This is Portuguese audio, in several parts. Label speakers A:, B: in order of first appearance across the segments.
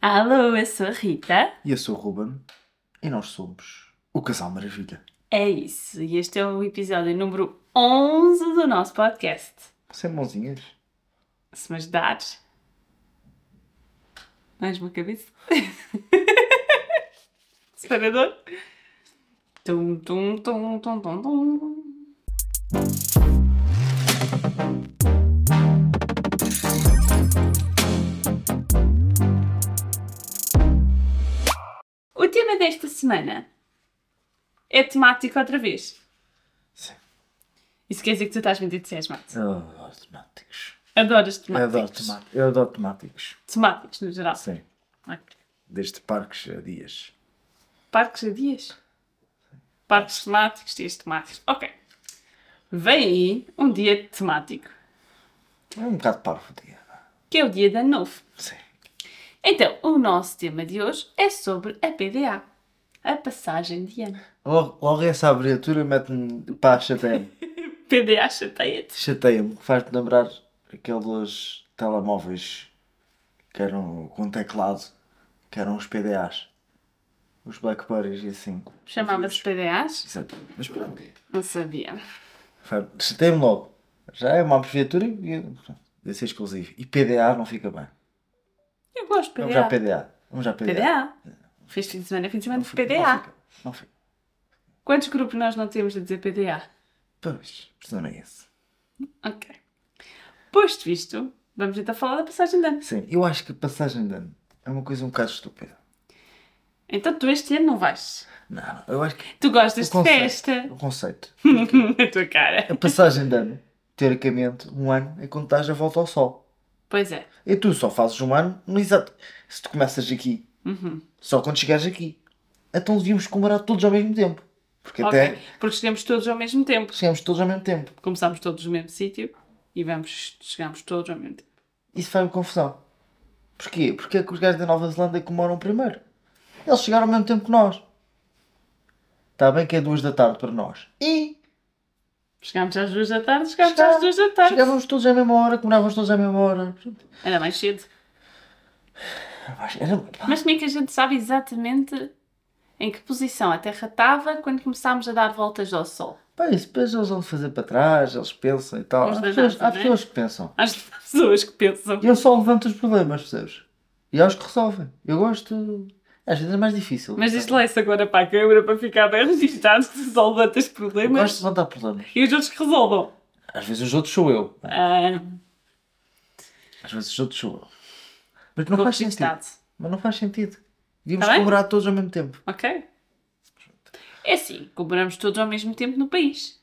A: Alô, eu sou a Rita.
B: E eu sou o Ruben. E nós somos o Casal Maravilha.
A: É isso, e este é o episódio número 11 do nosso podcast.
B: Sem mãozinhas.
A: Se me ajudares. Mais uma cabeça. Separador. Tum, tum, tum, tum, tum, tum. O tema desta semana é temático outra vez.
B: Sim.
A: Isso quer dizer que tu estás muito entusiasmado.
B: Eu adoro temáticos.
A: Adoras
B: Eu
A: temáticos.
B: adoro temáticos. Eu adoro temáticos.
A: Temáticos no geral.
B: Sim.
A: Ok.
B: Desde parques a dias.
A: Parques a dias. Parques temáticos, dias temáticos. Ok. Vem aí um dia temático,
B: É um bocado parvo o dia.
A: que é o dia de ano novo.
B: Sim.
A: Então, o nosso tema de hoje é sobre a PDA. A passagem de ano.
B: Logo, logo essa abreviatura mete-me. pá, chateia-me.
A: PDA chateia-te.
B: chateia-me. Faz-te lembrar aqueles telemóveis que eram com teclado, que eram os PDAs. Os Blackberries e assim.
A: Chamava-se PDAs?
B: Exato. Mas pronto.
A: Não sabia.
B: Fala, Chateia-me logo. Já é uma abreviatura e deve ser exclusivo. E PDA não fica bem.
A: Eu gosto de
B: Vamos já
A: PDA.
B: PDA. Vamos Um já PDA.
A: PDA. Fiz fim de semana, fim de semana
B: Não
A: de
B: fica- Não
A: PDA.
B: fica. Não fica.
A: Quantos grupos nós não temos a dizer PDA?
B: Pois, o não é esse.
A: Ok. Posto isto, vamos então falar da passagem de ano.
B: Sim, eu acho que a passagem de ano é uma coisa um bocado estúpida.
A: Então tu este ano não vais.
B: Não, eu acho que
A: Tu gostas
B: O
A: de
B: conceito.
A: é festa.
B: o conceito.
A: Na tua cara.
B: A passagem de ano, teoricamente, um ano é quando estás a volta ao sol.
A: Pois é.
B: E tu só fazes um ano no exato. Se tu começas aqui,
A: Uhum.
B: só quando chegares aqui. Então devíamos comemorar todos ao mesmo tempo. Porque
A: Ok.
B: até
A: Porque chegamos todos ao mesmo tempo.
B: chegamos todos ao mesmo tempo.
A: Começámos todos no mesmo sítio e vamos, chegamos todos ao mesmo tempo.
B: Isso faz-me confusão. Porquê? Porque é que os gajos da Nova Zelândia comemoram primeiro. Eles chegaram ao mesmo tempo que nós. Está bem que é duas da tarde para nós. E
A: Chegámos às duas da tarde, chegámos
B: Está.
A: às duas da tarde.
B: chegávamos todos à mesma hora, comemorávamos todos à mesma hora.
A: Era mais cedo.
B: Era...
A: Mas como é que a gente sabe exatamente em que posição a Terra estava quando começámos a dar voltas ao Sol?
B: Pá, isso depois eles vão fazer para trás, eles pensam e tal.
A: Uns
B: Há
A: dois
B: pessoas,
A: anos,
B: há
A: não é?
B: pessoas que pensam.
A: Às pessoas que pensam.
B: E eu só levanto os problemas, percebes? E aos que resolvem. Eu gosto. Às vezes é mais difícil.
A: Mas diz lá isso agora para a câmara para ficar bem registado que resolva estes
B: Eu gosto
A: problemas
B: de levantar problemas.
A: e os outros que resolvam.
B: Às vezes os outros sou eu.
A: Ah,
B: Às vezes os outros sou eu. Mas não
A: vou
B: faz sentido.
A: registado.
B: Mas não faz sentido. Devíamos
A: Tá bem?
B: comemorar todos ao mesmo tempo.
A: Ok? É assim, compramos todos ao mesmo tempo no país.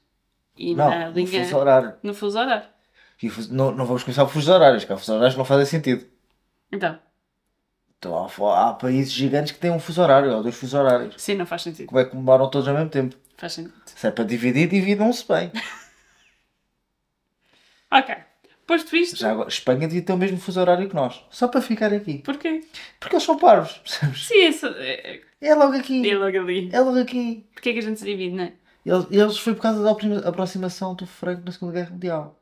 A: E na
B: Não, no
A: linha.
B: fuso horário.
A: No fuso horário.
B: E o fuso- não, não vamos começar por fuso horários, que há fuso horários que não fazem sentido.
A: Então,
B: Então, há, fo- há países gigantes que têm um fuso horário, ou dois fuso horários.
A: sim, não faz sentido.
B: Como é que comemoram todos ao mesmo tempo?
A: Faz sentido.
B: Se é para dividir, dividam-se bem.
A: Ok. Posto isto,
B: Já agora, Espanha devia ter o mesmo fuso horário que nós. Só para ficar aqui.
A: porquê?
B: Porque eles são parvos, percebes?
A: Sim, isso é, é-
B: É logo aqui.
A: é logo ali.
B: É logo aqui.
A: Porquê que a gente se divide, não é?
B: Eles, eles foi por causa da apro- aproximação do franco na Segunda Guerra Mundial.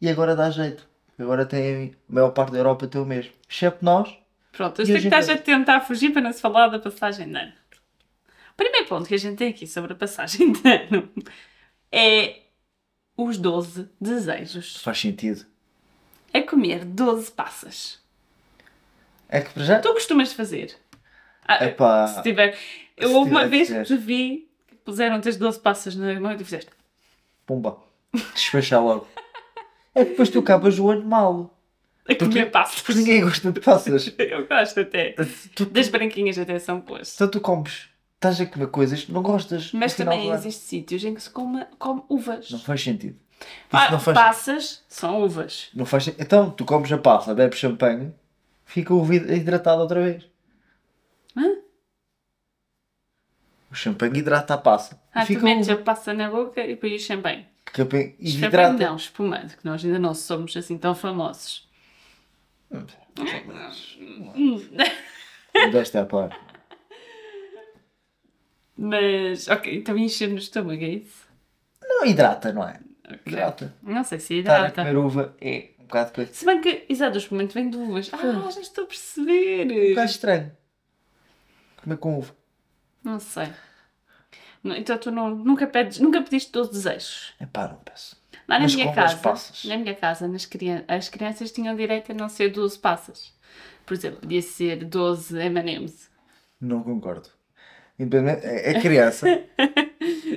B: E agora dá jeito. Agora tem a maior parte da Europa tem o mesmo. Excepto nós.
A: Pronto, eu
B: E
A: sei
B: a
A: que
B: gente- é.
A: estás a tentar fugir para não se falar da passagem de ano. O primeiro ponto que a gente tem aqui sobre a passagem de ano é os 12 desejos.
B: Faz sentido.
A: É comer 12 passas.
B: É que para já.
A: Tu costumas fazer? Ah,
B: Epá,
A: Se tiver. Eu
B: se
A: houve uma
B: tiver
A: vez
B: que
A: que te
B: ser.
A: vi que puseram-te as 12 passas na mão e tu fizeste.
B: pumba. Despecha logo. É que depois tu acabas o ano mal.
A: A comer
B: Porque-
A: passas.
B: Porque ninguém gosta de passas.
A: Eu gosto até.
B: Tu,
A: Das branquinhas até são boas.
B: só tu comes. Estás a comer coisas que não gostas. no
A: Mas
B: final
A: também
B: do ano.
A: existem sítios em que se come, come uvas.
B: Não faz sentido. Isso
A: Ah,
B: não faz
A: Passas são uvas.
B: Não faz sen- Então, tu comes a passa, bebes champanhe, fica o vidro hidratado outra vez.
A: Hã?
B: O champanhe hidrata a passa.
A: Ah,
B: e
A: tu
B: fica um
A: metes
B: o...
A: a passa na boca e depois o champanhe.
B: Champanhe e
A: Champanhe
B: hidrata.
A: é não, espumante, que nós ainda não somos assim tão famosos.
B: Deste à parte.
A: Mas, ok, então encher-nos o estômago, é isso?
B: Não hidrata, não é?
A: Ok.
B: Hidrata.
A: Não sei se
B: Estar a
A: hidrata.
B: comer uva é bocado coisa.
A: Se bem que, exato, os momentos vêm de uvas. Ah, já estou a perceber.
B: Um bocado estranho. Comer com uva.
A: Não sei. Não, Então tu não- nunca, pedes, nunca pediste 12 desejos.
B: Epá, não peço.
A: Lá na
B: Mas
A: minha
B: com as
A: casa,
B: passas.
A: na minha casa, nas crian as crianças tinham direito a não ser 12 passas. Por exemplo, podia ser 12 M&M's.
B: Não concordo. Independente, é, é criança.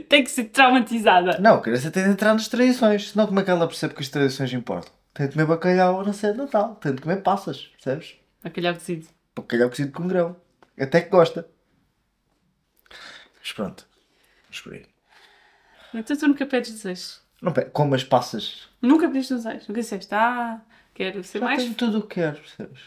A: Tem que ser traumatizada.
B: não, criança tem de entrar nas tradições. Senão como é que ela percebe que as tradições importam? Tem de comer bacalhau na ceia de Natal. Tem de comer passas, percebes?
A: Bacalhau cozido.
B: Bacalhau cozido com grão. Até que gosta. Mas pronto. Vamos por aí.
A: Então tu nunca pedes desejos.
B: Não, pe- como as passas.
A: Nunca pediste desejos. Nunca disseste, ah, quero ser
B: Já
A: mais...
B: tenho tudo o que quero, percebes?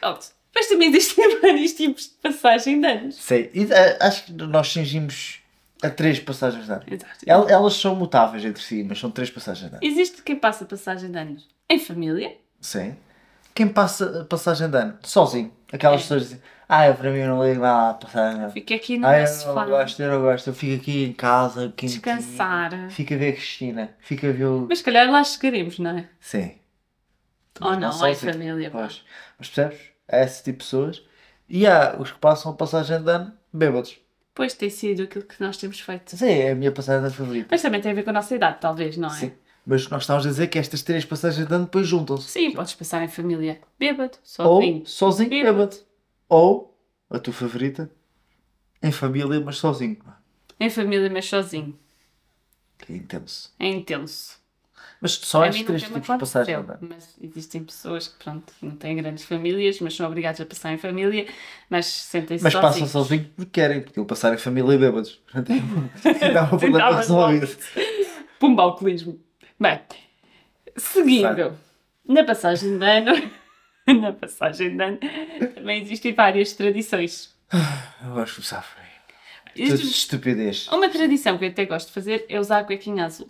A: Pronto. Mas também tens de lembrar isto tipos de passagem de anos.
B: Sei. E, eh, acho que nós cingimos a três passagens de ano.
A: Exato.
B: El- Elas são mutáveis entre si, mas são três passagens de ano.
A: Existe quem passa passagem de anos em família.
B: Sim. Quem passa a passagem de ano? Sozinho. Aquelas pessoas dizem, ah, eu para mim não ligo nada a passagem de ano.
A: Fica aqui no
B: Ah,
A: meu
B: eu não
A: sofá.
B: gosto, eu não gosto. Eu fico aqui em casa, quentinho.
A: Descansar.
B: Fico a ver a Cristina. Fico a ver o...
A: Mas se calhar lá chegaremos, não é?
B: Sim.
A: Ou
B: Mas
A: não, lá em
B: sozinho.
A: família. pá.
B: Pois. Mas percebes? Há esse tipo de pessoas. E há os que passam a passagem de ano bêbados.
A: Pois tem sido aquilo que nós temos feito.
B: Sim, é a minha passagem de ano favorita.
A: Mas também tem a ver com a nossa idade, talvez, não é?
B: Sim. Mas nós estamos a dizer que estas três passagens de ano depois juntam-se.
A: Sim, podes passar em família bêbado, sozinho.
B: Ou sozinho
A: Bêbado.
B: bêbado. Ou, a tua favorita, em família, mas sozinho.
A: Em família, mas sozinho.
B: Que é intenso.
A: É intenso.
B: Mas só
A: A
B: estes
A: mim não
B: três
A: tem
B: tipos
A: muito
B: de é? passagens
A: aconteceu,
B: de ano.
A: mas existem pessoas que, pronto, não têm grandes famílias, mas são obrigadas a passar em família, mas sentem-se
B: Mas passam
A: sozinhos.
B: sozinho porque querem, porque ele passar em família bêbados. Portanto, é um- Dá um problema
A: Tentava
B: resolvido.
A: Pumba, alcoolismo. Bem, seguindo, na passagem de ano, na passagem de ano, também existem várias tradições.
B: Eu gosto de começar por aí. Todas
A: Existe
B: estupidez.
A: uma tradição que eu até gosto de fazer é usar a cuequinha azul.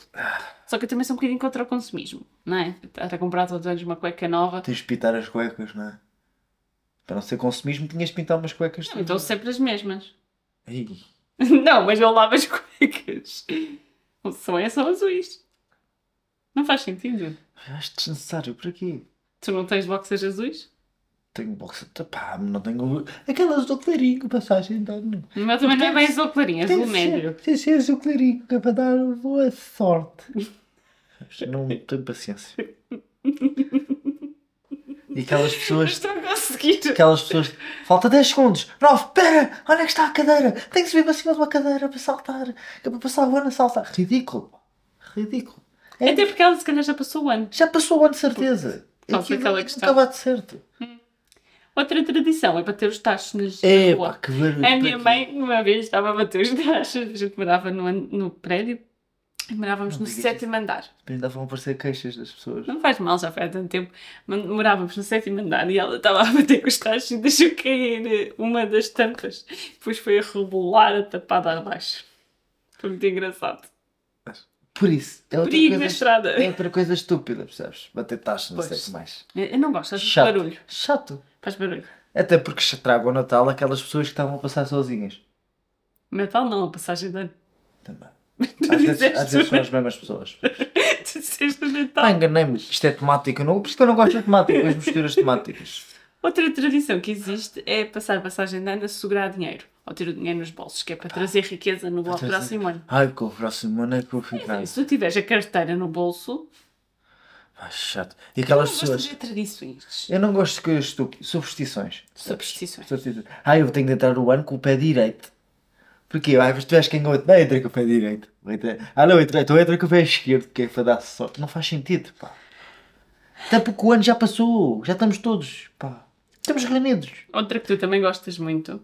A: Só que eu também sou um bocadinho contra o consumismo, não é? Estar a comprar todos os anos uma cueca nova.
B: Tens de pintar as cuecas, não é? Para não ser consumismo, tinhas de pintar umas cuecas.
A: Não, então sempre as mesmas.
B: Ai,
A: Não, mas eu lavo as cuecas. São é só azuis. Não faz sentido.
B: acho desnecessário por aqui.
A: Tu não tens boxers azuis?
B: Tenho boxe. Pá, não tenho. Aquelas do clarinho, passagem de ano.
A: O meu também não é bem azul clarinho, é
B: Então, Tem
A: azul
B: de
A: médio.
B: ser- Tem de ser o clarinho, que é para dar boa sorte. Não tenho paciência. E aquelas pessoas.
A: Estou a conseguir.
B: Aquelas pessoas. Falta 10 segundos! 9, pera! Olha que está a cadeira! Tem que subir para cima de uma cadeira para saltar! Que é para passar o ano a saltar! Ridículo! pá. Ridículo! É,
A: Até porque ela se calhar já passou o ano.
B: Já passou o ano de certeza!
A: Por causa
B: Aquilo
A: daquela questão.
B: Nunca bate certo!
A: Outra tradição é bater os tachos nas na
B: É, pá,
A: rua.
B: que barulho!
A: A minha
B: daqui.
A: mãe uma vez estava a bater os tachos. A gente morava no, an- no prédio e morávamos no
B: Não digas
A: sétimo andar.
B: Ainda vão aparecer queixas das pessoas.
A: Não faz mal, já foi há tanto tempo. Mas Morávamos no sétimo andar e ela estava a bater com os tachos e deixou cair eh, uma das tampas. Depois foi a rebolar a tapada abaixo. Foi muito engraçado.
B: Por isso, é outra,
A: Perigo na
B: coisa,
A: estrada.
B: é outra coisa estúpida, percebes? Bater taxa, não sei
A: Pois.
B: o que mais.
A: Eu não gosto, faz
B: Chato.
A: barulho.
B: Chato.
A: Faz barulho.
B: Até porque se trago ao Natal aquelas pessoas que estavam a passar sozinhas.
A: Natal não, a passagem de ano.
B: Também.
A: Tu
B: Às vezes,
A: disseste
B: às vezes são as mesmas pessoas.
A: Tu disseste o Natal.
B: Pá, enganei-me. Isto é temática. Não, por isso que eu não gosto de temática, as misturas temáticas.
A: Outra tradição que existe é passar a passagem de ano a segurar dinheiro. Ou ter o dinheiro nos bolsos, que é para trazer riqueza no
B: trazer-
A: próximo ano.
B: Então, assim, Ai, com o próximo ano é que vou ficar.
A: Se tu tiveres a carteira no bolso,
B: Ai, chato. E aquelas
A: não gostas
B: pessoas.
A: de tradições.
B: Eu não gosto de coisas estúpidas. Superstições.
A: Superstições.
B: Substituto. Ah, eu tenho de entrar no ano com o pé direito. Porquê? Ah, mas tu és quem eu Não, entra com o pé direito. Vou entrar- Ah, não, entra, então entra com o pé esquerdo, que é para dar sorte. Não faz sentido, pá. Até porque o ano já passou, já estamos todos, pá. Estamos reunidos.
A: Outra que tu também gostas muito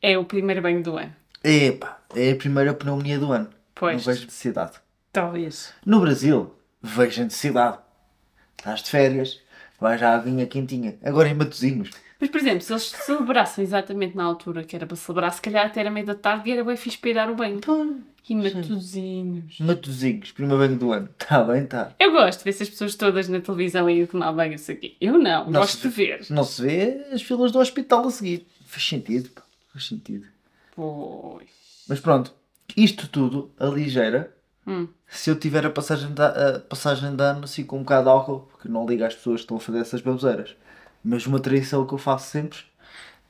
A: é o primeiro banho do ano.
B: É, pá, é a primeira pneumonia do ano.
A: Pois.
B: Não vejo necessidade.
A: Talvez.
B: No Brasil, vejo necessidade. Estás de férias, vais à aguinha quentinha. Agora em Matozinhos.
A: Mas, por exemplo, se eles celebrassem exatamente na altura que era para celebrar, se calhar até era meio da tarde e era bem fixe para ir dar o banho.
B: Pá,
A: E matuzinhos.
B: Matozinhos, primeiro banho do ano. Está bem, tá. está.
A: Eu gosto de ver essas pessoas todas na televisão e ir tomar banho, isso aqui. Eu não,
B: Nossa,
A: gosto de ver.
B: Não se vê as filas do hospital a seguir. Faz sentido, pá. Faz sentido.
A: Pois.
B: Mas pronto, isto tudo, a ligeira,
A: Hum.
B: Se eu tiver a passagem de, a- a passagem de ano assim com um bocado de álcool, porque não ligo às pessoas que estão a fazer essas baboseiras. Mas uma traição que eu faço sempre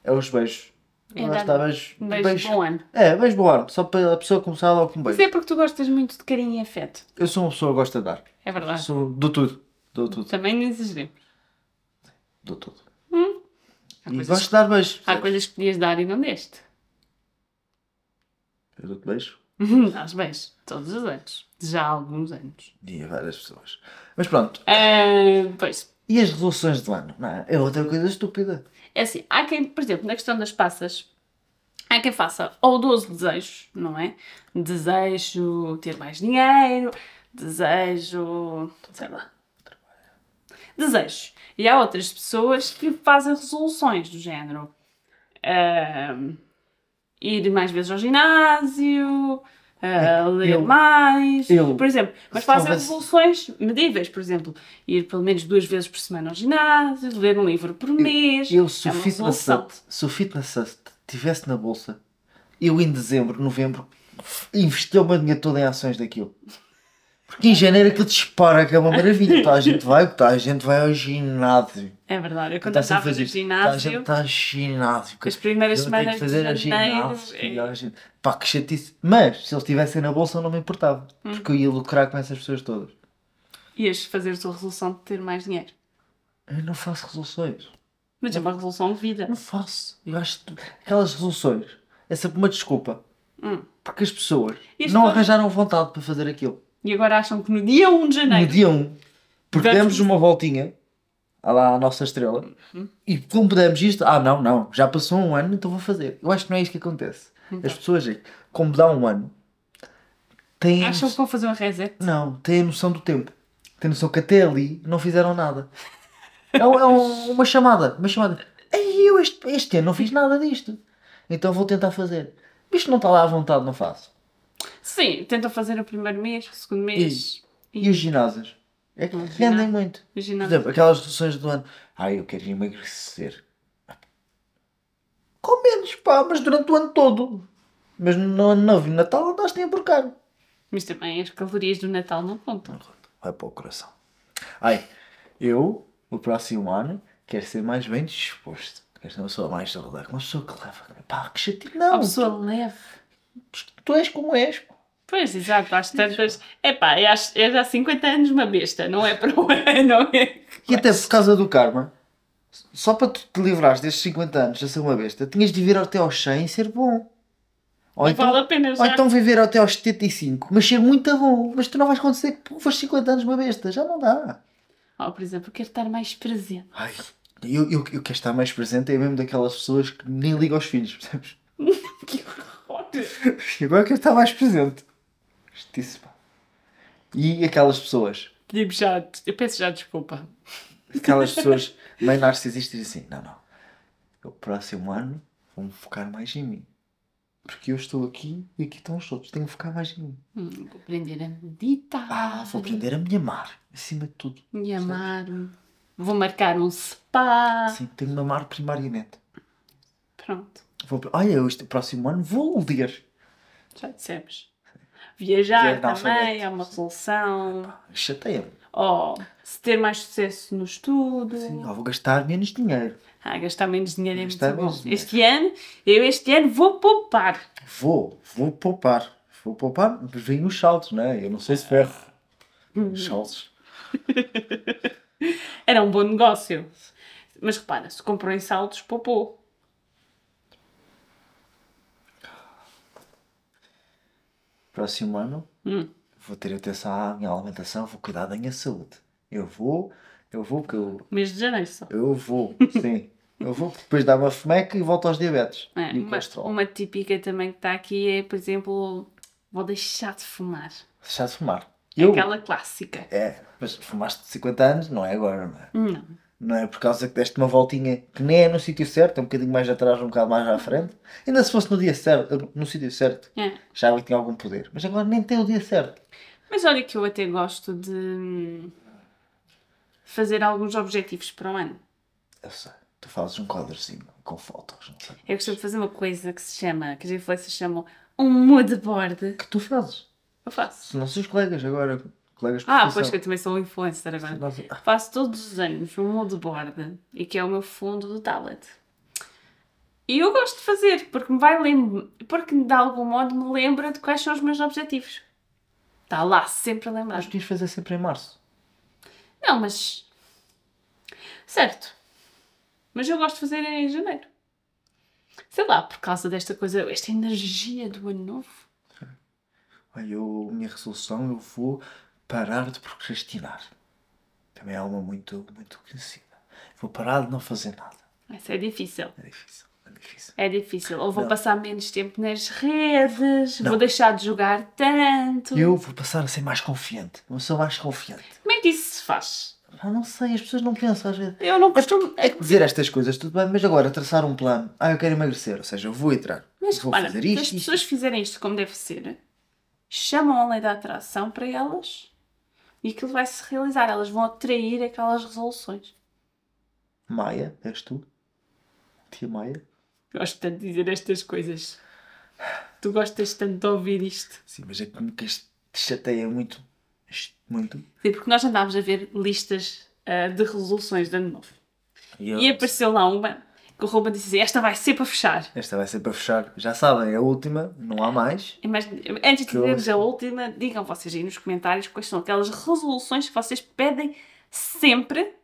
B: é os beijos.
A: É
B: Lá
A: dar
B: está, beijos.
A: Um beijo, bom ano.
B: É, beijo bom ano. Só para a pessoa começar logo com um
A: Mas
B: beijo.
A: é porque tu gostas muito de carinho e afeto.
B: Eu sou uma pessoa que gosta de dar.
A: É verdade.
B: Sou, dou tudo. Dou tudo.
A: Também não exageremos.
B: Dou tudo.
A: Hum. Há,
B: E
A: coisas,
B: gosto de dar beijos.
A: há coisas que podias dar e não deste.
B: Eu dou-te beijo.
A: Dás beijos. Todos os anos. Já há alguns anos.
B: E a várias pessoas. Mas pronto.
A: Ah, pois.
B: E as resoluções do ano? Não, é? é outra coisa estúpida.
A: É assim, há quem, por exemplo, na questão das passas, há quem faça ou 12 desejos, não é? Desejo ter mais dinheiro, desejo. sei lá. Desejos. E há outras pessoas que fazem resoluções do género. ahm, ir mais vezes ao ginásio, ah, ler
B: É, eu-
A: mais.
B: eu-
A: por exemplo, mas
B: se
A: fazem
B: talvez-
A: resoluções medíveis, por exemplo, ir pelo menos duas vezes por semana ao ginásio, ler um livro por mês.
B: Eu, se,
A: é
B: o
A: uma
B: fitness
A: resolução.
B: Hut, se o Fitness Hut tivesse na bolsa, eu em dezembro, novembro, investi o meu dinheiro todo em ações daquilo. Porque em janeiro aquilo dispara, que é uma maravilha. Toda a gente vai, toda a gente vai ao ginásio.
A: É verdade, eu quando
B: Está sempre
A: estava
B: a fazer
A: no
B: isto. Toda a gente
A: ginásio,
B: está ao ginásio.
A: as primeiras
B: Eu tenho
A: semanas
B: que fazer a
A: de janeiro,
B: ginástica.
A: é-
B: e a gente- Pá, que chatice. Mas, se eles estivessem na bolsa, eu não me importava.
A: Hum.
B: Porque eu ia lucrar com essas pessoas todas.
A: é, ias fazer a tua resolução de ter mais dinheiro.
B: Eu não faço resoluções.
A: Mas é uma resolução de vida.
B: Não faço. Eu acho que aquelas resoluções é sempre uma desculpa.
A: Hum.
B: Porque as pessoas
A: E as
B: não
A: pessoas-
B: arranjaram vontade para fazer aquilo.
A: E agora acham que no dia 1 de
B: No
A: janeiro.
B: dia 1,
A: Vamos-
B: porque
A: Hum.
B: demos uma voltinha à lá à nossa estrela e como pudemos isto, ah não, não, já passou um ano, então vou fazer. Eu acho que não é isso que acontece.
A: Então.
B: As pessoas, é que, como dá um ano, têm. a
A: Acham que
B: noção-
A: vão fazer um reset?
B: Não, têm a noção do tempo. Têm a noção que até ali não fizeram nada. É, um- é um- uma chamada, uma chamada. Ei, eu este, este ano não fiz nada disto. Então vou tentar fazer. Isto não está lá à vontade, não faço.
A: Sim, tentam fazer o primeiro mês, o segundo mês.
B: E os ginásios? É que
A: Não,
B: rendem
A: ginásio.
B: muito. Por
A: Imagina.
B: exemplo, aquelas sessões do ano. Ai, eu quero emagrecer. Com menos, pá, mas durante o ano todo. Mas no ano novo e no Natal andaste a emborcar.
A: Mas também as calorias do Natal não contam.
B: Vai para o coração. Ai, eu, o próximo ano, quero ser mais bem disposto. Quero ser uma pessoa mais saudável. Uma pessoa que leva. Pá, que chatice. Não,
A: A pessoa leve.
B: tu, tu és como és. pá.
A: Pois, exato, às tantas. Epá, é às- é há 50 anos uma besta, não é para o ano, não é?
B: E até por causa do karma, só para tu te livrares destes 50 anos de ser uma besta, tinhas de vir até aos 100 e ser bom. Ou
A: Não
B: então,
A: vale a pena
B: ou
A: já.
B: então viver até aos 75, mas ser muito bom. Mas tu não vais acontecer que foste 50 anos uma besta. Já não dá.
A: Oh, por exemplo, eu quero estar mais presente.
B: Ai, eu, eu, eu quero estar mais presente. É mesmo daquelas pessoas que nem ligam aos filhos, percebes?
A: Que horror!
B: E agora quero estar mais presente. Justiça, pá. E aquelas pessoas,
A: Pedimos já. Eu peço já desculpa.
B: aquelas pessoas meio narcisistas dizem assim, não, não, eu próximo ano vou-me focar mais em mim. Porque eu estou aqui e aqui estão os outros, tenho que focar mais em mim.
A: Hum, vou aprender a meditar.
B: Ah, vou aprender a me amar, acima de tudo.
A: Me amar. Vou marcar um spa.
B: Sim, tenho de me amar primariamente.
A: Pronto,
B: Vou, olha, eu este próximo ano vou ler.
A: já dissemos. Viajar
B: Viajar
A: também
B: alfabeto.
A: é uma resolução.
B: Ah, Chateia-me.
A: Ou se ter mais sucesso no estudo.
B: Sim, ó, vou gastar menos dinheiro.
A: Ah, gastar menos dinheiro é
B: Gastar
A: muito
B: menos
A: bom.
B: dinheiro.
A: Este ano, eu este ano vou poupar.
B: Vou, vou poupar. Vou poupar, mas vem os saltos, né? Eu não sei se ferro. Os saltos.
A: Era um bom negócio. Mas repara, se comprou em saldos, poupou.
B: Próximo ano
A: Hum.
B: vou ter atenção à minha alimentação, vou cuidar da minha saúde. Eu vou, eu vou, porque eu,
A: Mês de janeiro só.
B: eu vou, sim. Eu vou, porque depois dá uma fomeca e volto aos diabetes.
A: É,
B: e o
A: uma,
B: colesterol.
A: uma típica também que está aqui é, por exemplo, vou deixar de fumar.
B: Deixar de fumar.
A: É
B: Eu?
A: Aquela clássica.
B: É, mas fumaste 50 anos, não é agora, não é?
A: Não.
B: Não é por causa que deste uma voltinha que nem é no sítio certo, é um bocadinho mais atrás, um bocado mais à frente. Ainda se fosse no dia certo, eh, no sítio certo,
A: É.
B: já tinha algum poder. Mas agora nem tem o dia certo.
A: Mas olha que eu até gosto de hum, fazer alguns objetivos para o ano.
B: Eu sei. Tu fazes um quadrozinho com fotos, não sei.
A: Eu costumo fazer uma coisa que se chama, que as influências chamam um mood board.
B: Que tu fazes?
A: Eu faço.
B: São nossos colegas agora. Colegas de
A: Ah, pois que
B: profissão. Ah,
A: eu é? também sou influencer agora.
B: Nossa-
A: Faço todos os anos um moodboard e que é o meu fundo do tablet. E eu gosto de fazer, porque me vai lembrar, porque de algum modo me lembra de quais são os meus objetivos. Está lá sempre a lembrar.
B: Acho que ias fazer sempre em março.
A: Não, mas. Certo. Mas eu gosto de fazer em janeiro. Sei lá, por causa desta coisa, esta energia do ano novo.
B: Olha, eu, minha resolução, eu vou parar de procrastinar. Também é uma muito, muito conhecida. Vou parar de não fazer nada.
A: Essa é difícil.
B: É difícil, é difícil.
A: É difícil. Ou vou
B: Não.
A: passar menos tempo nas redes,
B: Não.
A: vou deixar de jogar tanto.
B: Eu vou passar a ser mais confiante. Uma pessoa mais confiante.
A: Como é que isso se faz?
B: Ah, não sei, as pessoas não pensam às vezes.
A: Eu não costumo.
B: É que dizer estas coisas tudo bem, mas agora traçar um plano. Ah, eu quero emagrecer, ou seja, eu vou entrar.
A: Mas
B: vou
A: repara,
B: fazer
A: se as
B: isto, isto.
A: pessoas fizerem isto como deve ser, chamam a lei da atração para elas e aquilo vai se realizar. Elas vão atrair aquelas resoluções.
B: Maia, és tu? Tia Maia?
A: Gosto tanto de dizer estas coisas. Tu gostas tanto de ouvir isto.
B: Sim, mas é que me cas- te chateia muito. Muito.
A: Sim, porque nós andávamos a ver listas ah, de resoluções de ano novo.
B: eu-
A: E é apareceu lá uma que o Ruben disse assim, esta vai ser para fechar.
B: Esta vai ser para fechar. Já sabem, é a última, não há mais.
A: E Mas antes de
B: Que
A: dizermos a
B: ótimo.
A: última, digam vocês aí nos comentários quais são aquelas resoluções que vocês pedem sempre,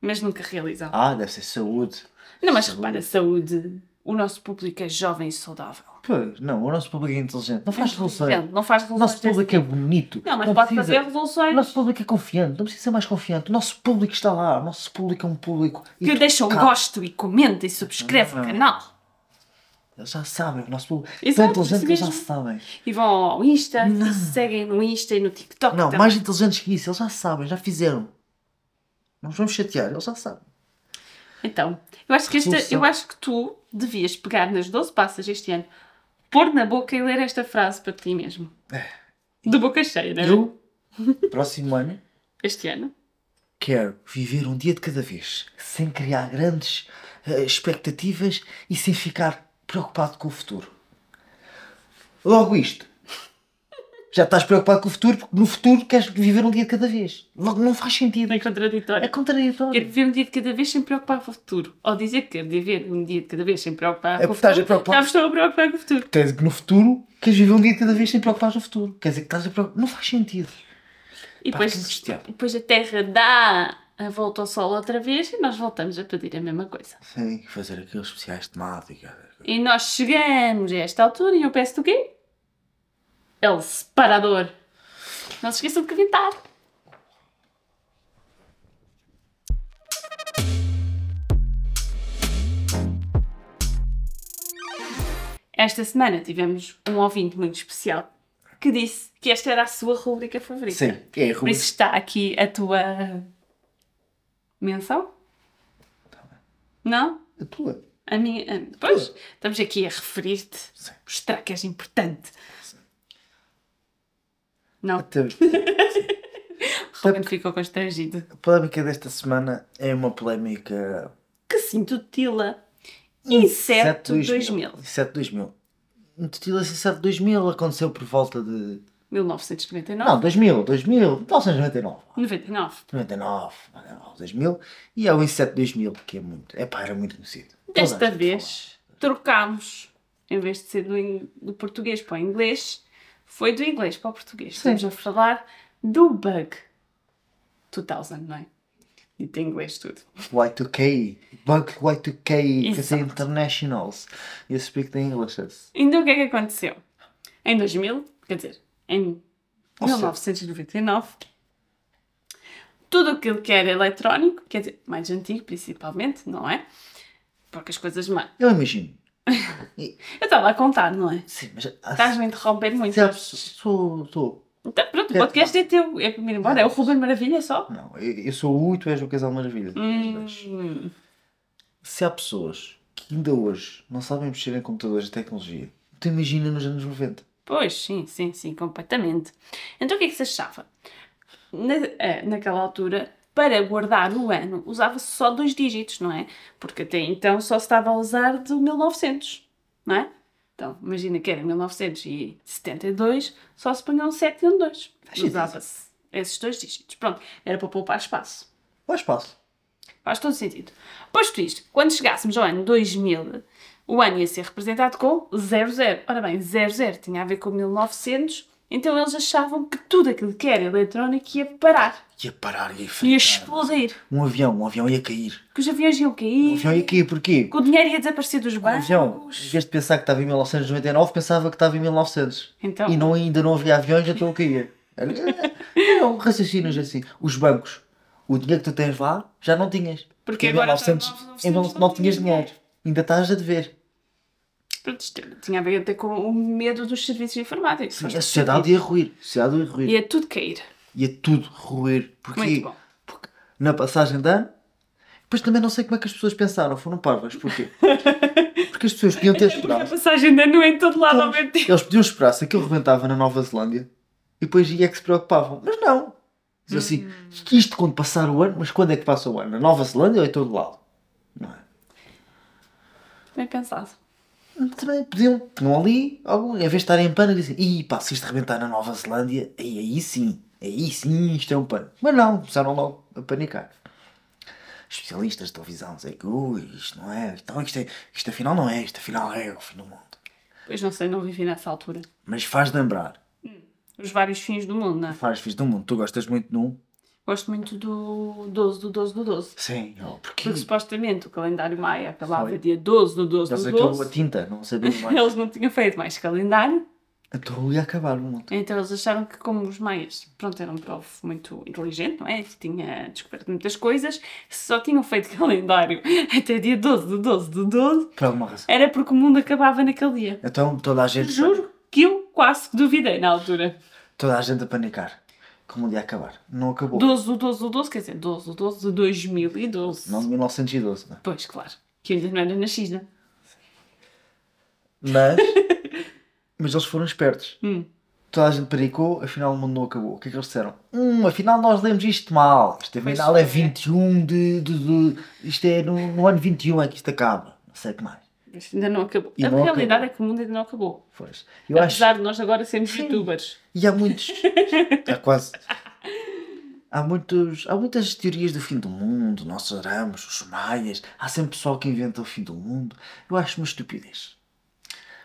A: mas nunca realizam.
B: Ah, deve ser saúde.
A: Não, mas
B: saúde.
A: repara, saúde. O nosso público é jovem e saudável.
B: Pois, não, o nosso público é inteligente. Não faz resoluções.
A: Não faz resoluções.
B: O
A: tipo.
B: nosso público é bonito.
A: Não, mas pode
B: precisa-
A: fazer
B: O
A: resoluções
B: nosso público é confiante, não precisa ser mais confiante. O nosso público está lá, o nosso público é um público.
A: que deixam um
B: educado.
A: gosto e comentem e subscrevem o
B: Não.
A: canal.
B: Eles já sabem, o nosso público é tão
A: Exato,
B: inteligente
A: isso
B: que eles já
A: mesmo.
B: sabem.
A: E vão ao Insta, seguem no Insta e no TikTok.
B: Não,
A: também.
B: mais inteligentes que isso, eles já sabem, já fizeram. Não os vamos chatear, eles já sabem.
A: Então, eu acho, que esta,
B: Resolução.
A: eu acho que tu devias pegar nas 12 passas este ano, pôr na boca e ler esta frase para ti mesmo. De boca cheia, não é?
B: É. Eu, próximo ano,
A: Este ano.
B: quero viver um dia de cada vez, sem criar grandes eh, expectativas e sem ficar preocupado com o futuro. Logo isto. Já estás preocupado com o futuro porque no futuro queres viver um dia de cada vez. Logo não faz sentido.
A: É
B: É
A: contraditório. Quero
B: contraditório.
A: viver um dia de cada vez sem preocupar com o futuro. Ou dizer que quero viver um dia de cada vez sem preocupar
B: É
A: com o
B: porque estás
A: futuro.
B: a preocupar-
A: Já me estou a preocupar com o futuro.
B: Quer dizer que no futuro queres viver um dia de cada vez sem preocupar no futuro. Quer dizer que estás a preocupar. Não faz sentido.
A: E
B: Pá,
A: depois,
B: que angustiante.
A: e depois a Terra dá a volta ao Sol outra vez e nós voltamos a pedir a mesma coisa.
B: Tem que fazer aqueles especiais temáticos.
A: E nós chegamos a esta altura e eu peço-te o quê? El separador. Não se esqueçam de comentar. Esta semana tivemos um ouvinte muito especial que disse que esta era a sua rubrica favorita.
B: Sim, é
A: Por isso
B: ruim.
A: está aqui a tua menção? Não?
B: A tua.
A: A minha. a- Pois, estamos aqui a referir-te,
B: Sim.
A: mostrar que és importante. Não,
B: A
A: Ruben ficou constrangido.
B: polémica desta semana é uma polémica
A: Que se intitula Inseto 2000.
B: 7 2000. Intitula-se 7 2000, aconteceu por volta de.
A: 1999.
B: Não, 2000, 2000, 1999.
A: 99.
B: 99, 99, 2000. E é o Inseto 2000, que é muito. É pá, era muito conhecido. Toda a
A: Desta
B: gente
A: vez trocámos. Em vez de ser do, in- do português para o inglês, foi do inglês para o português.
B: Sim.
A: Estamos a falar do bug 2000, não é? Dito em inglês tudo.
B: falava. Y2K, Bug Y2K, quer dizer,
A: Exato.
B: Internationals. You speak the English.
A: Então o que é que aconteceu? Em 2000, quer dizer, em
B: Ou seja-
A: 1999, tudo aquilo que era eletrónico, quer dizer, mais antigo principalmente, não é? Porque as coisas mais.
B: Eu imagino.
A: Eu estava a contar, não é?
B: Sim, mas.
A: Estás-me a interromper muito.
B: Estou. Estou.
A: Então, pronto, o podcast é teu. É para mim ir embora. É o Ruben Maravilha só.
B: Não, eu eu sou o U e tu és o Casal Maravilha.
A: Hum,
B: Se há pessoas que ainda hoje não sabem mexer em computadores e tecnologia, tu imagina nos anos 90.
A: pois, sim, sim, sim, completamente. Então o que é que se achava? Na, eh, naquela altura, para guardar o ano, usava-se só dois dígitos, não é? Porque até então só se estava a usar do 1900, não é? Então, imagina que era 1972, só se punham 7 e um 2.
B: Faz sentido.
A: Usava-se esses dois dígitos. Pronto, era para poupar espaço.
B: Bom espaço.
A: Faz todo sentido. Posto isto, quando chegássemos ao ano 2000, o ano ia ser representado com 00. Ora bem, 00 tinha a ver com 1900, então eles achavam que tudo aquilo que era eletrónico ia parar,
B: Ia parar, ia
A: ia
B: ficar.
A: explodir,
B: Um avião, um avião ia cair.
A: que os aviões iam
B: Um
A: cair,
B: avião ia cair, porquê?
A: que o dinheiro ia desaparecer dos
B: Um avião, em
A: bancos.
B: vez de pensar que estava em 1999, pensava que estava em 1900.
A: Então,
B: E não, ainda não havia aviões, então eu caía. Era- Eram raciocínios assim. Os bancos, o dinheiro que tu tens lá, já não tinhas.
A: Porque
B: em
A: agora está
B: 1900,
A: 900,
B: em não, não
A: não
B: tinhas
A: tinhas
B: dinheiro. Ainha estás a dever.
A: pronto, isto tinha a ver até com o medo dos serviços informáticos.
B: A sociedade ia ruir. A sociedade ia ruir.
A: Ia tudo cair.
B: Ia tudo ruir. Porquê?
A: Muito bom.
B: Porque na passagem de ano. Depois também não sei como é que as pessoas pensaram, foram parvas. Porquê? Porque as pessoas podiam ter
A: Porque a
B: esperado.
A: passagem de ano é em todo lado ao mesmo tempo.
B: Eles podiam esperar se aquilo rebentava na Nova Zelândia e depois ia que se preocupavam. Mas não. Diziam assim, isto quando passar o ano, mas quando é que passa o ano? Na Nova Zelândia ou em todo lado? Não é?
A: Bem pensado.
B: Também podiam, tinham ali, algum, em vez de estarem em pano, dizem, ih pá, se isto rebentar na Nova Zelândia, aí, aí sim, aí sim isto é um pano. Mas não, começaram logo a panicar. Especialistas de televisão dizem que, ui, isto não é, então isto, é, isto afinal não é, isto afinal é o fim do mundo.
A: Pois não sei, não vivi nessa altura.
B: Mas faz lembrar,
A: os vários fins do mundo, não é?
B: faz fins do mundo, tu gostas muito de um?
A: Gosto muito do 12 do 12 do 12.
B: Sim, oh, porque
A: Porque supostamente o calendário maia acabava
B: Foi.
A: dia 12 do 12
B: eles
A: do
B: acabou a
A: 12.
B: tinta, não sabiam mais.
A: Eles não tinham feito mais calendário,
B: Então ia acabar o mundo.
A: então eles acharam que, como os maias, pronto, era um povo muito inteligente, não é? Que tinha descoberto muitas coisas, se só tinham feito calendário até dia 12 do 12 do 12,
B: Por alguma razão.
A: era porque o mundo acabava naquele dia.
B: Então toda a gente,
A: Juro que eu quase que duvidei na altura.
B: toda a gente a panicar, que o mundo ia acabar. Não acabou.
A: 12 do 12 do 12, quer dizer, 12 do 12 de 2012.
B: Não de 1912, não é?
A: Pois, claro, que eu ainda não era nascida.
B: Mas, mas eles foram espertos.
A: Hum.
B: Toda a gente pericou, afinal o mundo não acabou. O que é que eles disseram? Hum, afinal nós lemos isto mal. Isto
A: Pois
B: afinal é
A: foi.
B: 21 de, de, de. Isto é no, no ano 21 é que isto acaba. Não sei o que mais.
A: Mas ainda não acabou.
B: E
A: a
B: não
A: realidade
B: acabou.
A: é que o mundo ainda não acabou.
B: Pois. Eu acho.
A: Apesar de nós agora sermos youtubers.
B: E há muitos. É quase. Há, muitos, há muitas teorias do fim do mundo, nós oramos, os maias, há sempre pessoal que inventa o fim do mundo. Eu acho uma estupidez.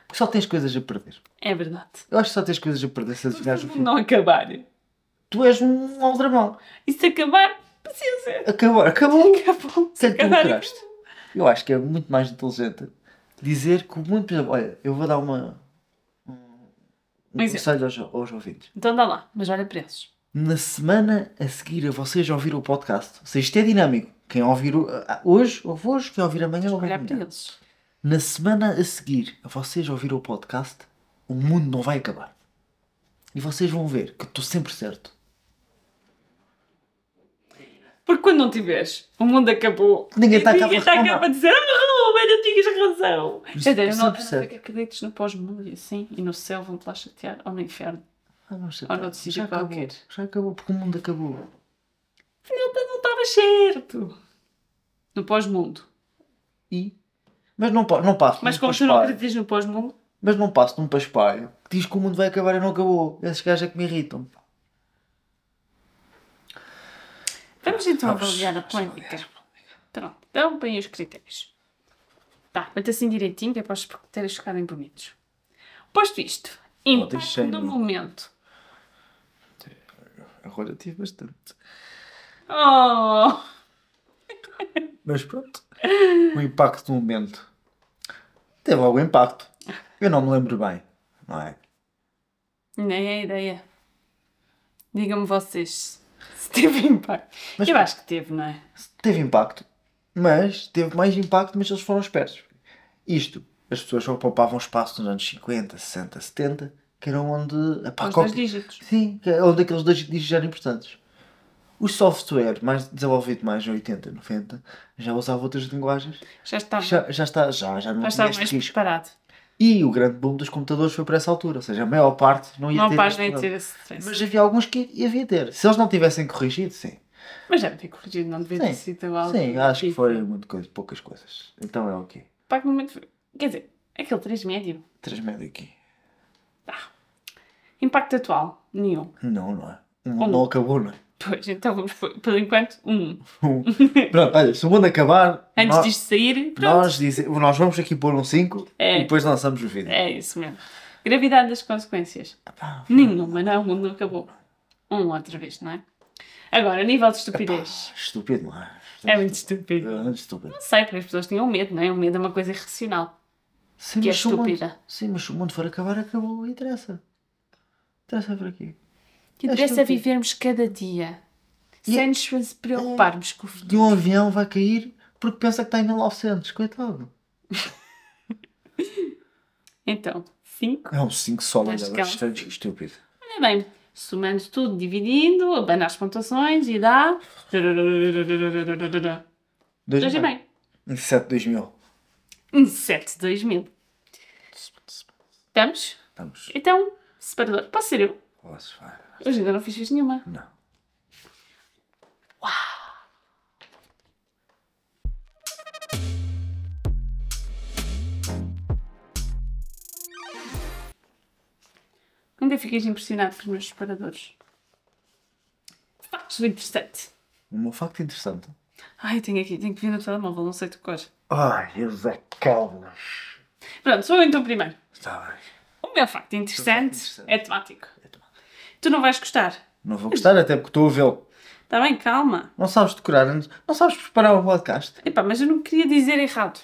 B: Porque só tens coisas a perder.
A: É verdade.
B: Eu acho que só tens coisas a perder se adivinhares
A: Se
B: o
A: o
B: fim
A: mundo não acabar.
B: Tu és um aldrabão.
A: E se acabar, paciência.
B: Acabou, acabou.
A: Acabou. Se
B: Sei que tu
A: acabar,
B: lucraste. Eu acho que é muito mais inteligente dizer que o mundo. Por exemplo, olha, eu vou dar uma. Um,
A: Um
B: um
A: exemplo.
B: conselho aos, aos ouvintes.
A: Então dá lá, mas olha preços.
B: Na semana a seguir a vocês ouviram o podcast, ou seja, isto é dinâmico. Quem ouvir o- ah, hoje, ouve hoje, quem ouvir amanhã, ouve
A: Olhar para
B: amanhã.
A: eles.
B: Na semana a seguir a vocês ouviram o podcast, o mundo não vai acabar. E vocês vão ver que estou sempre certo.
A: Porque quando não tiveres, o mundo acabou.
B: Ninguém tá está cá
A: Ninguém
B: para
A: está cá
B: reclamar.
A: para dizer, ah, mas não tinhas razão.
B: Isso
A: Quer dizer, eu não, eu
B: sempre
A: não sei
B: certo.
A: que acredites no pós-mundo e assim, e no céu vão-te lá chatear, ou no inferno.
B: Ah, não sei,
A: Ou
B: tá.
A: noutro sítio
B: já acabou.
A: qualquer.
B: Já acabou, porque o mundo acabou.
A: Afinal, tu não estava certo. No pós-mundo.
B: E? Mas não, pa- não passo.
A: Mas
B: num
A: como tu não
B: paspalho.
A: acreditas no pós-mundo,
B: Mas não passo de um paspalho que diz que o mundo vai acabar e não acabou. Esses gajos é que me irritam.
A: Vamos então
B: Vamos-
A: avaliar a
B: vamos
A: polémica. Pronto, dão bem os critérios. Tá, mete assim direitinho que é para os critérios ficarem bonitos. Posto isto,
B: Oh,
A: impacto
B: deixei
A: no
B: no-
A: momento.
B: Agora tive bastante.
A: Oh!
B: Mas pronto. O impacto do momento. Teve algum impacto. Eu não me lembro bem, não é?
A: Nem é ideia. Digam-me vocês se teve impacto.
B: Mas
A: Eu
B: pá-
A: acho que teve, não é?
B: Teve impacto. Mas teve mais impacto, mas eles foram espertos. Isto, as pessoas só poupavam espaço nos anos 50, 60, 70, que eram onde. Epá,
A: Os
B: qualquer-
A: dois dígitos.
B: Sim, que é onde aqueles dois dígitos eram importantes. O software mais desenvolvido mais em 80, 90, já usava outras linguagens.
A: Já estava, já,
B: Já, já está, já, já não tinha
A: estava
B: este
A: Ah. mais
B: risco.
A: preparado.
B: E o grande boom dos computadores foi para essa altura, ou seja, a maior parte não ia
A: Não
B: ter.
A: paz
B: este
A: nem ter
B: problema.
A: esse stress. Mas,
B: Mas havia alguns que havia ter. Se eles não tivessem corrigido, sim.
A: já me ter corrigido, não devia ter
B: Sim,
A: sido algo.
B: Sim, acho que
A: tipo-
B: foi muito coisa, poucas coisas. Então é o quê?
A: Pá, que momento foi. Quer dizer, Aquele 3 médio.
B: 3 médio aqui.
A: Impacto atual? Nenhum.
B: Não, não é. O
A: Um.
B: mundo não acabou, não é?
A: Pois, então vamos por, por enquanto, um.
B: Pronto, olha, se o mundo acabar,
A: Antes
B: nós,
A: disto sair, pronto.
B: nós, dize- nós vamos aqui pôr um 5
A: É.
B: e depois lançamos o vídeo.
A: É isso mesmo. Gravidade das consequências?
B: Epá,
A: Nenhuma, não. O mundo não acabou. Um outra vez, não é? Agora, nível de estupidez.
B: Estúpido, não é?
A: É muito estúpido.
B: É muito estúpido.
A: Não sei, porque as pessoas tinham medo, não é? O medo é uma coisa irracional.
B: Sim,
A: Que é
B: mas se o mundo-
A: estúpida.
B: Sim, mas se o mundo for acabar, acabou. Não Interessa. Interessa por aqui.
A: Que
B: É
A: interessa
B: estúpido.
A: vivermos cada dia.
B: E- é-
A: Sem nos preocuparmos com o
B: De
A: futuro.
B: um avião vai cair porque pensa que está em 1900. Coitado.
A: Então, 5.
B: É um 5 sólido.
A: Acho que
B: agora,
A: é um
B: Isto é estúpido.
A: Olha bem, somando tudo, dividindo, abana as pontuações e dá.
B: Dois
A: Veja bem,
B: Um 7 2000.
A: um 7 2000. Estamos?
B: Estamos.
A: Então, separador. Posso ser eu?
B: Posso, vai.
A: Hoje ainda não fiz fiz nenhuma.
B: Não.
A: Ainda fiquei impressionado com os meus separadores. Factos do interessante.
B: Um facto interessante.
A: Ai, tenho aqui, tenho que vir no telemóvel, não sei de cor.
B: Ai, é eles acalmas.
A: Pronto, sou eu então primeiro.
B: Está bem.
A: O meu facto interessante,
B: interessante.
A: é temático.
B: É temático.
A: Tu não vais gostar.
B: Não vou gostar, até porque estou a vê-lo.
A: Está bem, calma.
B: Não sabes decorar, antes- não sabes preparar um podcast.
A: Epá, mas eu não queria dizer errado.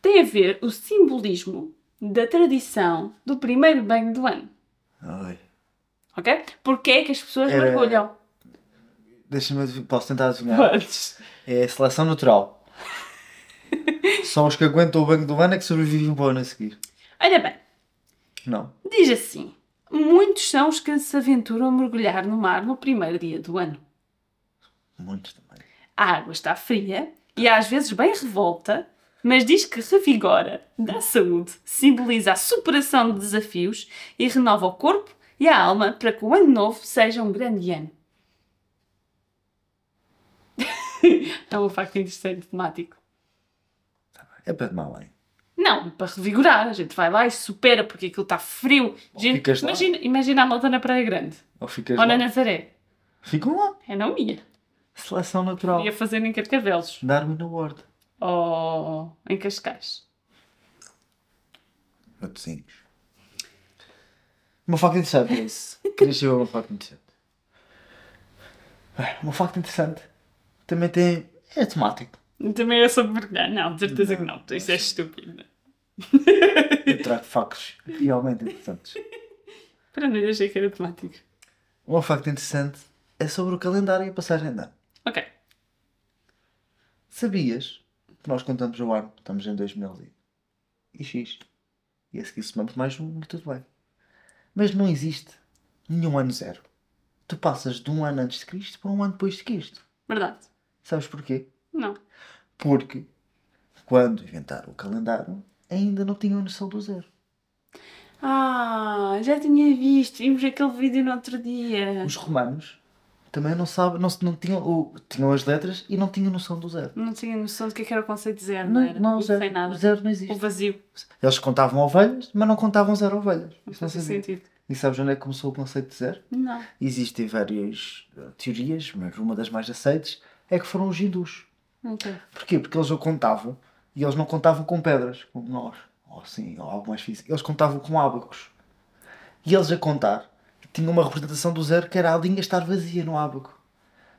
A: Tem a ver o simbolismo da tradição do primeiro banho do ano.
B: Ai.
A: Ok? Porque é que as pessoas
B: Era-
A: mergulham?
B: Deixa-me adivinhar. Posso tentar adivinhar?
A: Podes.
B: É a seleção natural. Só os que aguentam o banho do ano é que sobrevivem para o ano a seguir.
A: Ora bem,
B: Não.
A: diz assim: muitos são os que se aventuram a mergulhar no mar no primeiro dia do ano.
B: Muitos também.
A: A água está fria e às vezes bem revolta, mas diz que revigora, dá saúde, simboliza a superação de desafios e renova o corpo e a alma para que o ano novo seja um grande ano. é um facto interessante temático.
B: É para tomar bem.
A: Não, para revigorar, a gente vai lá e supera porque aquilo está frio. Gente,
B: ficas lá.
A: imagina, imagina a malta na Praia Grande
B: Ou ficas
A: ou na
B: lá.
A: Nazaré.
B: Ficam lá.
A: Eu não ia.
B: Seleção natural.
A: Ia fazer em Carcavelos
B: Darwin Award.
A: ou em Cascais.
B: Matosinhos. Uma facto interessante, é isso. Querias saber uma facto interessante? Bem, Uma facto interessante também tem. É temático.
A: Também é sobre mergulhar. Não, de certeza que não. Isso é estúpido.
B: Eu trago factos realmente interessantes.
A: Para mim, achei que era temático.
B: Uma facto interessante é sobre o calendário e a passagem de ano.
A: Ok.
B: Sabias que nós contamos o ano, estamos em 2000 e- e X. E a seguir somamos mais um e tudo bem. Mas não existe nenhum ano zero. Tu passas de um ano antes de Cristo para um ano depois de Cristo.
A: Verdade.
B: Sabes porquê?
A: Não.
B: Porque quando inventaram o calendário, ainda não tinham noção do zero.
A: Ah, já tinha visto. Vimos aquele vídeo no outro dia.
B: Os romanos também não sabem, não, se- não tinham, o- tinham as letras e não tinham noção do zero.
A: Não tinha noção do que é que era o conceito de zero, não,
B: Não,
A: era?
B: não,
A: Não
B: zero,
A: sei nada.
B: zero não
A: O
B: existe.
A: vazio.
B: Eles contavam ovelhas, mas não contavam zero ovelhas.
A: Não
B: Isso não
A: fazia
B: sabia.
A: sentido.
B: E sabes onde é que começou o conceito de zero?
A: Não.
B: Existem várias eh, teorias, mas uma das mais aceites é que foram os hindus.
A: Ok.
B: Porquê? Porque eles o contavam e eles não contavam com pedras, como nós, ou assim, ou algo mais físico. Eles contavam com ábacos. E eles a contar tinham uma representação do zero que era a linha estar vazia no ábaco.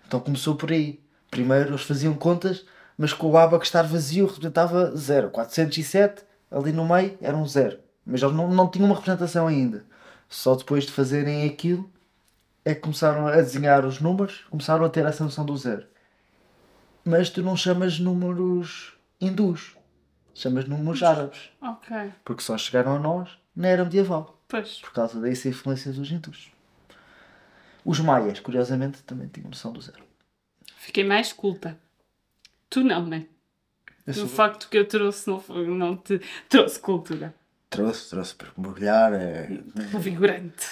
B: Então começou por aí. Primeiro eles faziam contas, mas com o ábaco estar vazio representava zero. 407 ali no meio era um zero. Mas eles não, não tinham uma representação ainda. Só depois de fazerem aquilo é que começaram a desenhar os números, começaram a ter essa noção do zero mas tu não chamas números hindus, chamas números árabes,
A: Ok.
B: porque só chegaram a nós na era medieval,
A: Pois.
B: por causa dessa influência dos hindus. Os maias, curiosamente, também tinham noção do zero.
A: Fiquei mais culta. Tu não, né?
B: Eu
A: O facto que eu trouxe não, foi- não te trouxe cultura.
B: Trouxe, trouxe para mergulhar. É...
A: Revigorante.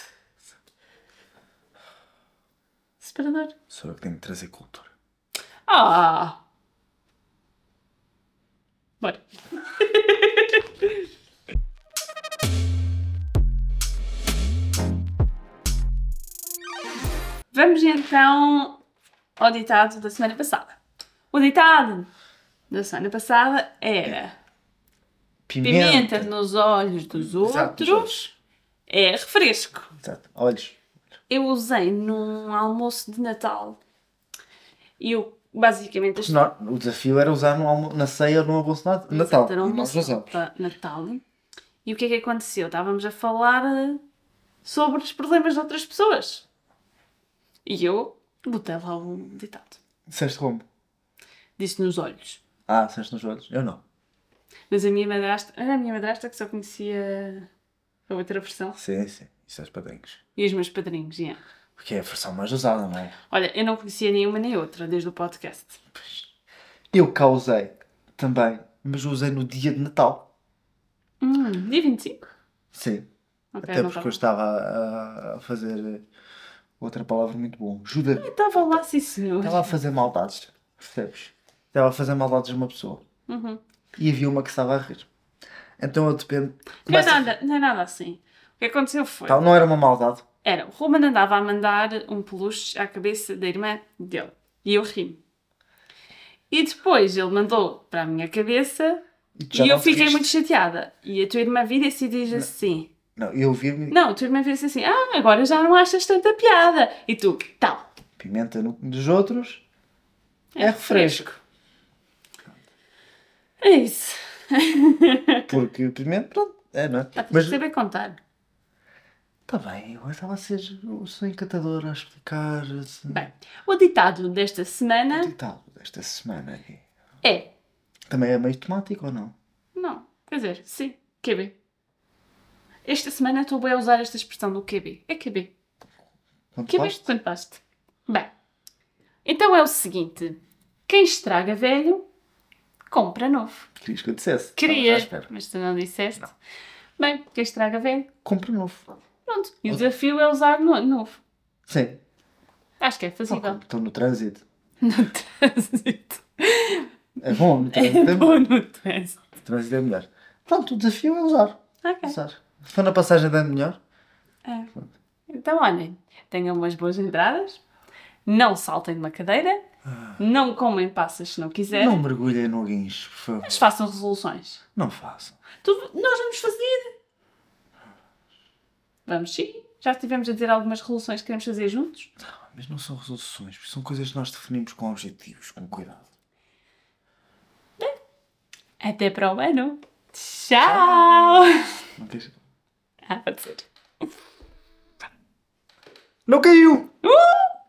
A: Separador.
B: Sou eu que tenho que trazer cultura.
A: Ah! Bora. Vamos então ao ditado da semana passada. O ditado da semana passada era pimenta, nos olhos dos
B: Exato,
A: outros
B: nos
A: é refresco.
B: Exato. Olhos.
A: Eu usei num almoço de Natal e eu basicamente as
B: Não, o desafio era usar no almo- na ceia ou no almoço na- de Natal.
A: Era um
B: Nós
A: almoço
B: usamos.
A: de Natal. E o que é que aconteceu? Estávamos a falar eh, sobre os problemas de outras pessoas. E eu botei lá um ditado.
B: Disseste como?
A: Disse nos olhos.
B: Ah, disseste nos olhos. Eu não.
A: Mas a minha madrasta, era a minha madrasta que só conhecia a outra versão.
B: Sim, sim. Isso é os padrinhos.
A: E os meus padrinhos, yeah.
B: Porque é a versão mais usada, não é?
A: Olha, eu não conhecia nenhuma nem outra desde o podcast.
B: Eu causei também, mas usei no dia de Natal.
A: Hum, dia 25.
B: Sim.
A: Ok,
B: Até
A: não tá
B: porque eu
A: estava.
B: estava a- a fazer eh, outra palavra muito boa. Juda.
A: Estava lá, sim senhor.
B: Estava a fazer maldades. Percebes? Estava a fazer maldades a uma pessoa.
A: Uhum.
B: E havia uma que estava a rir. Então eu dependo.
A: Não, é
B: Começa-
A: nada, não é nada assim. O que aconteceu foi.
B: Tal, não era uma maldade.
A: Era, o Roman andava a mandar um peluche à cabeça da irmã dele. E eu ri E depois ele mandou para a minha cabeça
B: tu já
A: e eu
B: não te
A: fiquei
B: riste.
A: muito chateada. E a tua irmã vira-se e diz assim:
B: Não, eu vi-me
A: Não, a tua irmã vira-se assim, ah, agora já não achas tanta piada. E tu, tal.
B: pimenta no- dos outros. É refresco.
A: É isso.
B: Porque pimenta, pronto. É, não é?
A: Dá para
B: Mas
A: saber contar.
B: está bem, eu estava a ser o seu encantador a explicar. Assim,
A: Bem, o ditado desta
B: o
A: semana
B: ditado desta semana aqui.
A: é.
B: Também é meio temático ou não?
A: Não, quer dizer, sim, QB. Esta semana estou bem a usar esta expressão do QB. É QB.
B: Quanto
A: Que
B: faz?
A: bem quando paste. Bem, então é o seguinte: quem estraga velho, compra novo.
B: Querias que eu dissesse?
A: Queria,
B: Estava já à espera.
A: mas tu não disseste. Bem, quem estraga velho,
B: Compra novo.
A: pronto. E o
B: Ok.
A: desafio é usar no- novo.
B: Sim.
A: Acho que é fazível.
B: Estou no trânsito.
A: No trânsito.
B: É bom, no trânsito
A: É
B: é, bom.
A: bom no trânsito.
B: trânsito é melhor. Pronto, o desafio é usar.
A: Ok.
B: usar. Se for na passagem de ano melhor,
A: Então, olhem, tenham umas boas entradas, não saltem de uma cadeira, não comem passas se não quiserem,
B: não mergulhem no guincho, por favor.
A: é. mas façam resoluções.
B: Não façam.
A: Tu- nós vamos fazer. Vamos sim. Já estivemos a dizer algumas resoluções que queremos fazer juntos.
B: Mas não são resoluções, porque são coisas que nós definimos com objetivos, com cuidado.
A: Até para o ano. Tchau!
B: Não, queres...
A: Ah, pode ser.
B: não caiu!
A: Uh!